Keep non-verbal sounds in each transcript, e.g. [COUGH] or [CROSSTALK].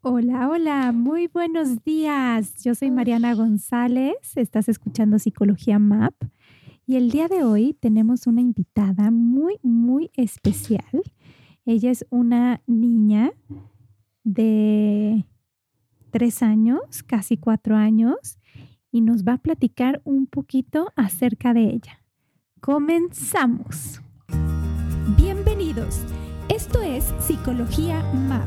Hola, hola, muy buenos días. Yo soy Mariana González, estás escuchando Psicología Map y el día de hoy tenemos una invitada muy, muy especial. Ella es una niña de tres años, casi cuatro años, y nos va a platicar un poquito acerca de ella. Comenzamos. Bienvenidos. Esto es Psicología Map.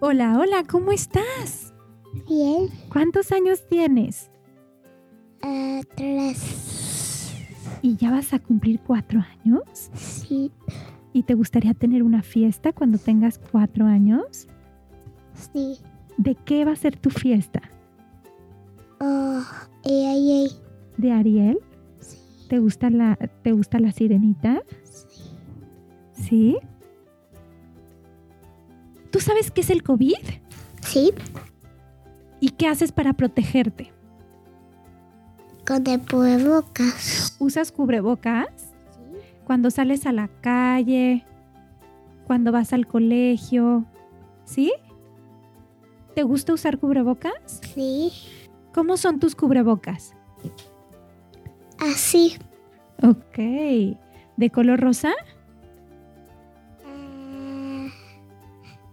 Hola, hola, ¿cómo estás? Bien, ¿Cuántos años tienes? eh, tres. ¿Y ya vas a cumplir cuatro años? Sí, ¿Y te gustaría tener una fiesta cuando tengas cuatro años? sí. ¿De qué va a ser tu fiesta? Oh, ey, ey, ey. ¿De Ariel? ¿Te gusta la, te gusta la sirenita? Sí. ¿Sí? ¿Tú sabes qué es el COVID? Sí, ¿Y qué haces para protegerte? con el cubrebocas. ¿Usas cubrebocas? Sí. Cuando sales a la calle, cuando vas al colegio, ¿sí? ¿Te gusta usar cubrebocas? Sí, ¿Cómo son tus cubrebocas? así. Ok. ¿De color rosa? Eh,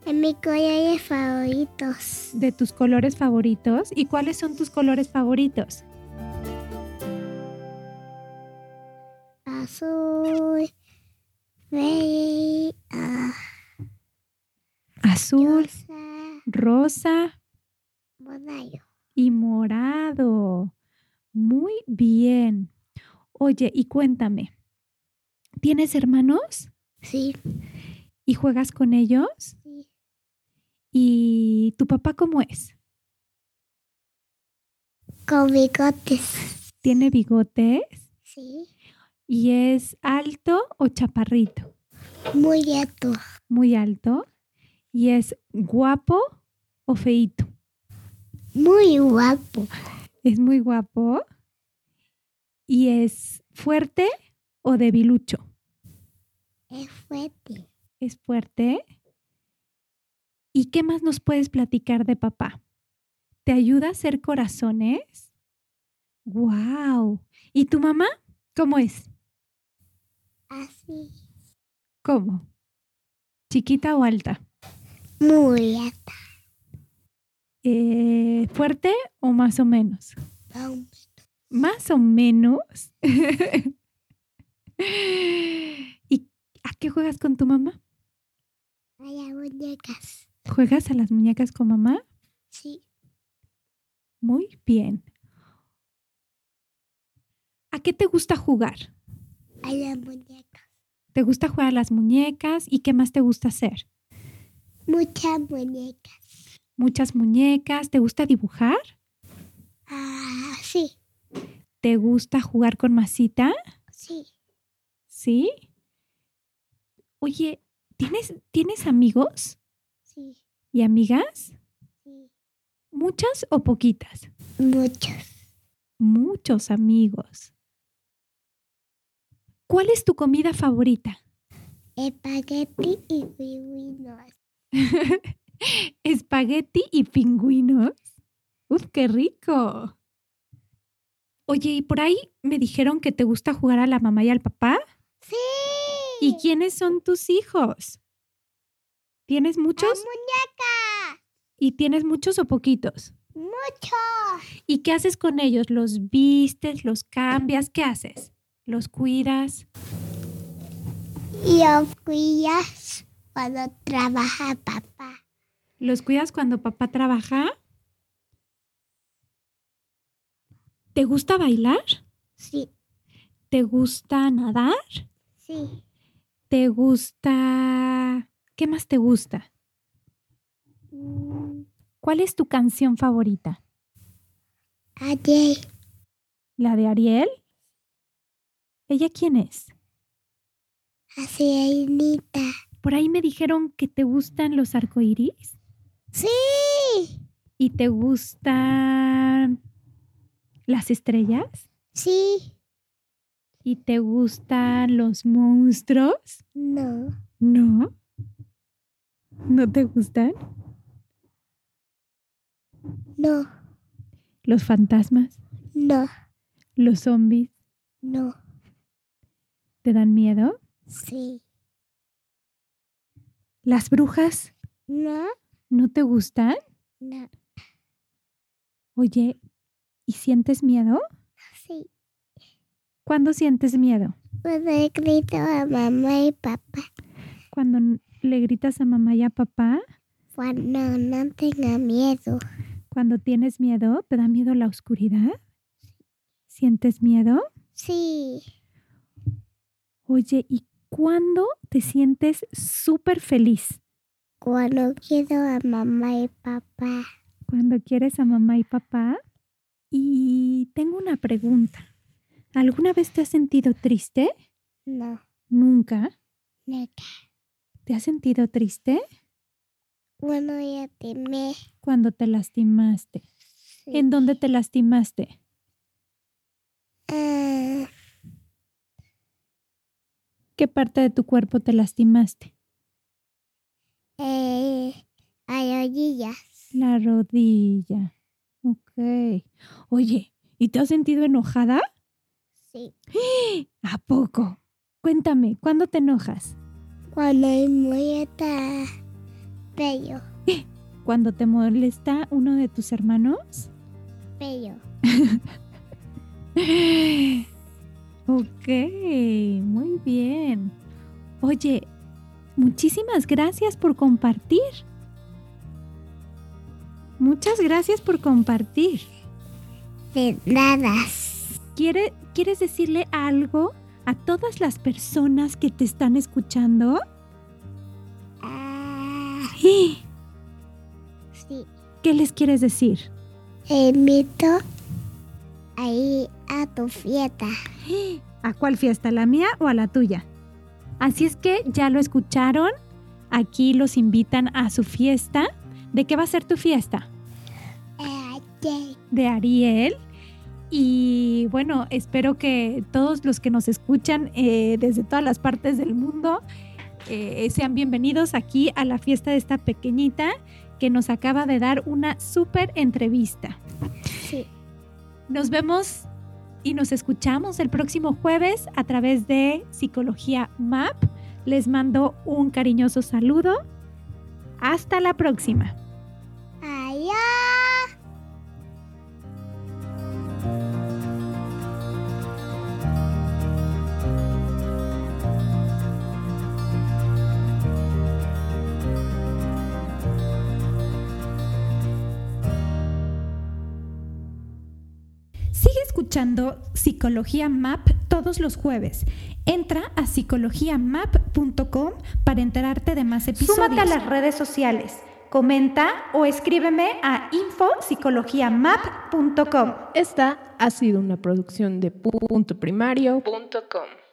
en mi collar de favoritos. de tus colores favoritos y cuáles son tus colores favoritos. Azul, verde, ah, Azul, rosa, rosa monayo. y morado. Muy bien. Oye, y cuéntame, ¿tienes hermanos Sí, y juegas con ellos? sí. ¿Y tu papá cómo es? Con bigotes. ¿Tiene bigotes? Sí, ¿Y es alto o chaparrito? muy alto. Muy alto. ¿Y es guapo o feito? Muy guapo. Es muy guapo. ¿Y es fuerte o debilucho? Es fuerte. Es fuerte. ¿Y qué más nos puedes platicar de papá? ¿Te ayuda a hacer corazones? ¡Wow! ¿Y tu mamá? ¿Cómo es? Así. ¿Cómo? ¿Chiquita o alta? Muy alto. Eh, ¿Fuerte o más o menos? Vamos. Más o menos. [LAUGHS] ¿Y a qué juegas con tu mamá? A las muñecas. ¿Juegas a las muñecas con mamá? Sí. Muy bien. ¿A qué te gusta jugar? A las muñecas. ¿Te gusta jugar a las muñecas? ¿Y qué más te gusta hacer? Muchas muñecas. ¿Muchas muñecas? ¿Te gusta dibujar? Ah, sí. ¿Te gusta jugar con masita? Sí. ¿Sí? Oye, ¿tienes, ¿tienes amigos Sí. y amigas? sí. ¿Muchas o poquitas? Muchas. Muchos amigos. ¿Cuál es tu comida favorita? Espagueti y pingüinos. Espagueti y pingüinos. Uf, qué rico. Oye, y por ahí me dijeron que te gusta jugar a la mamá y al papá. Sí. ¿Y quiénes son tus hijos? ¿Tienes La muchos? muñeca. ¿Y tienes muchos o poquitos? Mucho. ¿Y qué haces con ellos? ¿Los vistes? ¿Los cambias? ¿Qué haces? ¿Los cuidas? Y los cuidas cuando trabaja papá. ¿Los cuidas cuando papá trabaja? ¿Te gusta bailar? Sí. ¿Te gusta nadar? Sí. ¿Te gusta ¿Qué más te gusta? Mm, ¿Cuál es tu canción favorita? Ayer, ¿La de Ariel? ¿Ella quién es? así, Ainita. Por ahí me dijeron que te gustan los arcoíris Sí, y te gustan las estrellas sí, y te gustan los monstruos. no, No. ¿No te gustan no, los fantasmas, no, los zombies? no, ¿Te dan miedo? sí, ¿Las brujas no, no te gustan? no, Oye, ¿y sientes miedo? sí. ¿Cuándo sientes miedo? Cuando le grito a mamá y papá, Cuando n- le gritas a mamá y a papá, cuando no tenga miedo, cuando tienes miedo, ¿te da miedo la oscuridad? ¿Sientes miedo? sí, Oye, ¿y cuándo te sientes súper feliz? cuando quiero a mamá y papá, Cuando quieres a mamá y papá. Y tengo una pregunta. ¿Alguna vez te has sentido triste? no, Nunca. neta. ¿Te has sentido triste? Cuando ya te me, Cuando te lastimaste. sí. ¿En dónde te lastimaste? Ah, ¿Qué parte de tu cuerpo te lastimaste? eh, hay orillas, La rodilla. Ok. Oye, ¿y te has sentido enojada? sí. ¿A poco? Cuéntame, ¿cuándo te enojas? Cuando mi muy está bello, ¿Cuando te molesta uno de tus hermanos? [GASPS] bello, Ok, muy bien. Oye, muchísimas gracias por compartir. Muchas gracias por compartir. de dadas. ¿Quiere- ¿Quieres decirle algo a todas las personas que te están escuchando? [GASPS] Ah, ¿Qué sí. les quieres decir? Te invito ahí a tu fiesta. ¿A cuál fiesta? ¿La mía o a la tuya? Así es que ya lo escucharon. Aquí los invitan a su fiesta. ¿De qué va a ser tu fiesta? Eh, sí. De Ariel. Y bueno, espero que todos los que nos escuchan eh, desde todas las partes del mundo eh, sean bienvenidos aquí a la fiesta de esta pequeñita que nos acaba de dar una súper entrevista. sí. Nos vemos y nos escuchamos el próximo jueves a través de Psicología Map. Les mando un cariñoso saludo. Hasta la próxima. Adiós. Sigue escuchando Psicología Map todos los jueves. Entra a psicologiamap.com para enterarte de más episodios. Súmate a las redes sociales, comenta o escríbeme a infopsicologiamap.com. Esta ha sido una producción de puntoprimario.com.